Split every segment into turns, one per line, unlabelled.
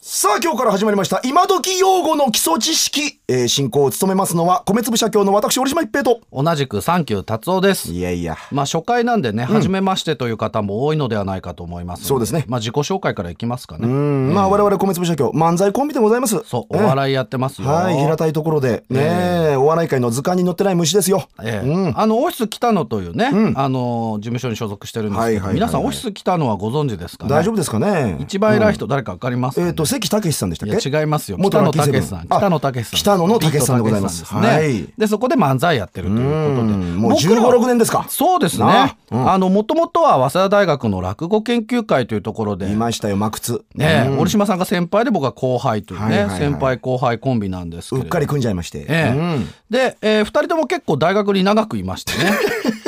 さあ今日から始まりました今時用語の基礎知識、えー、進行を務めますのは米粒社協の私折島一平と
同じくサンキュー達夫です。
いやいや
まあ初回なんでね、初めましてという方も多いのではないかと思いますの。
そうですね
まあ自己紹介からいきますか
う
ね。
ん、まあ我々米粒社協漫才コンビでございます
そう、お笑いやってます
え
よ。
はい平たいところでねえ、お笑い界の図鑑に載ってない虫ですよ
ええ
うん
あのオフィス北野というね、あの事務所に所属してるんです
はい
け
はいはい
ど
はい
皆さんオフィス北野はご存知ですかね
大丈夫ですかね
一番偉い人誰かわかりますか
え
ね
っ、と関武さんでしたっ
い
け
や違いますよ
元
北
ラッ
野
キーセブン
武さん
あ
北野武さん
北野の武さんでございます
ビートたけしさんです
は
ねでそこで漫才やってるということで
うんもう
僕らは
1516年ですか
そうです
な
ね
あ。
あの、もともとは早稲田大学の落語研究会というところで、
いましたよ真靴
ね、折島さんが先輩で僕は後輩というね、
はいはいはい
先輩後輩コンビなんですけ
う
れ
っ
ど
かり組んじゃいまして、
ええで、え2人とも結構大学に長くいまして ね、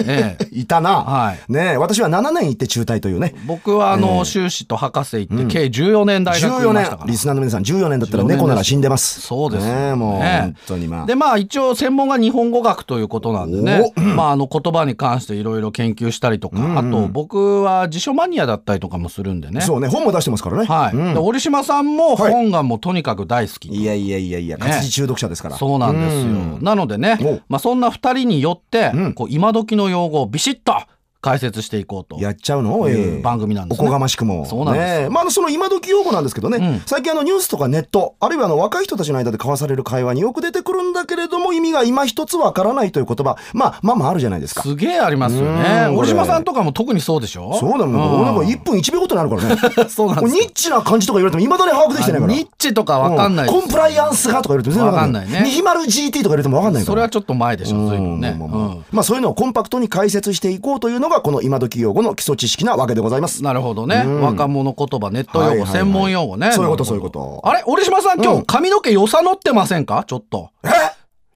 ええ
うんいたな、
はい
ねえ私は7年行って中退というね
僕はあの、修士と博士行って、計14年大学に
14
いましたか
年
ら
リ。スナーの皆さん14年だったら
14年
猫なら死んでます
そうですよ
ねえもう
ね
本当にまあ
でまあ一応専門が日本語学ということなんでね、まあ、あの言葉に関していろいろ研究したりとか、あと僕は辞書マニアだったりとかもするんでね
そうね本も出してますからね、
はい。で折島さんも本がもうとにかく大好き。
い、やいやいやいや活字中毒者ですから、
そうなんですよ。なので
お
ね、まあそんな二人によって、こう今時の用語をビシッと解説していこうと。
やっちゃうの、ええ
番組なんです
お
ね
こがましくも
そうなんですよ
ねえまああのその今時用語なんですけどね、最近あのニュースとかネットあるいはあの若い人たちの間で交わされる会話によく出てくるんだけれども意味が今一つわからないという言葉まあまあまああるじゃないですか
すげえありますよね。
うん
折島さんとかも特にそうでしょ
そうだもん、俺なんか1分1秒ごとになるからね
そう なん
こ
で
れ
す
ニ
よ
ッチな感じとか言われてもいまだに把握できてないから
ニッチとかわかんないです
コンプライアンスがとか言われても全然わかんない
わかんないね
200GT とか言われてもわかんないから
それはちょっと前でしょ、随
うん
分ね。
まあまあまあ
うん
まあそういうのをコンパクトに解説していこうというのがこの今時用語の基礎知識なわけでございます。
なるほどね。若者言葉、ネット
はいはい
用語、
はい
専門用語ね。
そういうこと
なるほど
そういうこと
あれ折島さん今
う
日髪の毛よさのってませんかちょっと。
え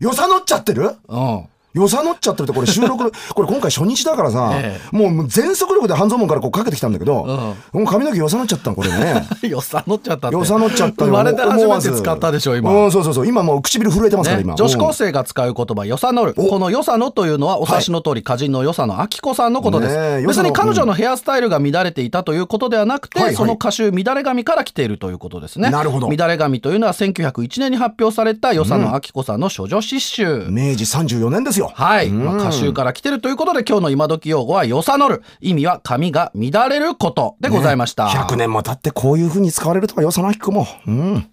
よさ乗っちゃってる
うん。
よさ乗っちゃってるってこれ収録 のこれ今回初日だからさ、
え
もう全速力で半蔵門からこうかけてきたんだけど、もう髪の毛よさ乗っちゃったんこれ ね
よさ乗っちゃったっ て。
よさ乗っちゃった
生
よ
まれて初
思わ
め
ず
て使ったでしょ、今。
うんそうそうそう今もう唇震えてますから、
ね
今
女子高生が使う言葉「よさのる」この「よさの」というのはお察しの通り、歌人のよさのあきこさんのことです、
ねえよさ
別
の
に彼女のヘアスタイルが乱れていたということではなくて、
はいはい
その歌集「乱れ髪」から来ているということですね
なるほど
乱れ髪というのは1901年に発表されたよさのあきこさんの処女詩集、
うん明治34年ですよ
はい、まあ、歌集から来てるということで今日の今時用語は「よさのる」意味は髪が乱れることでございました、
100年も経ってこういうふうに使われるとかよさなきくもうん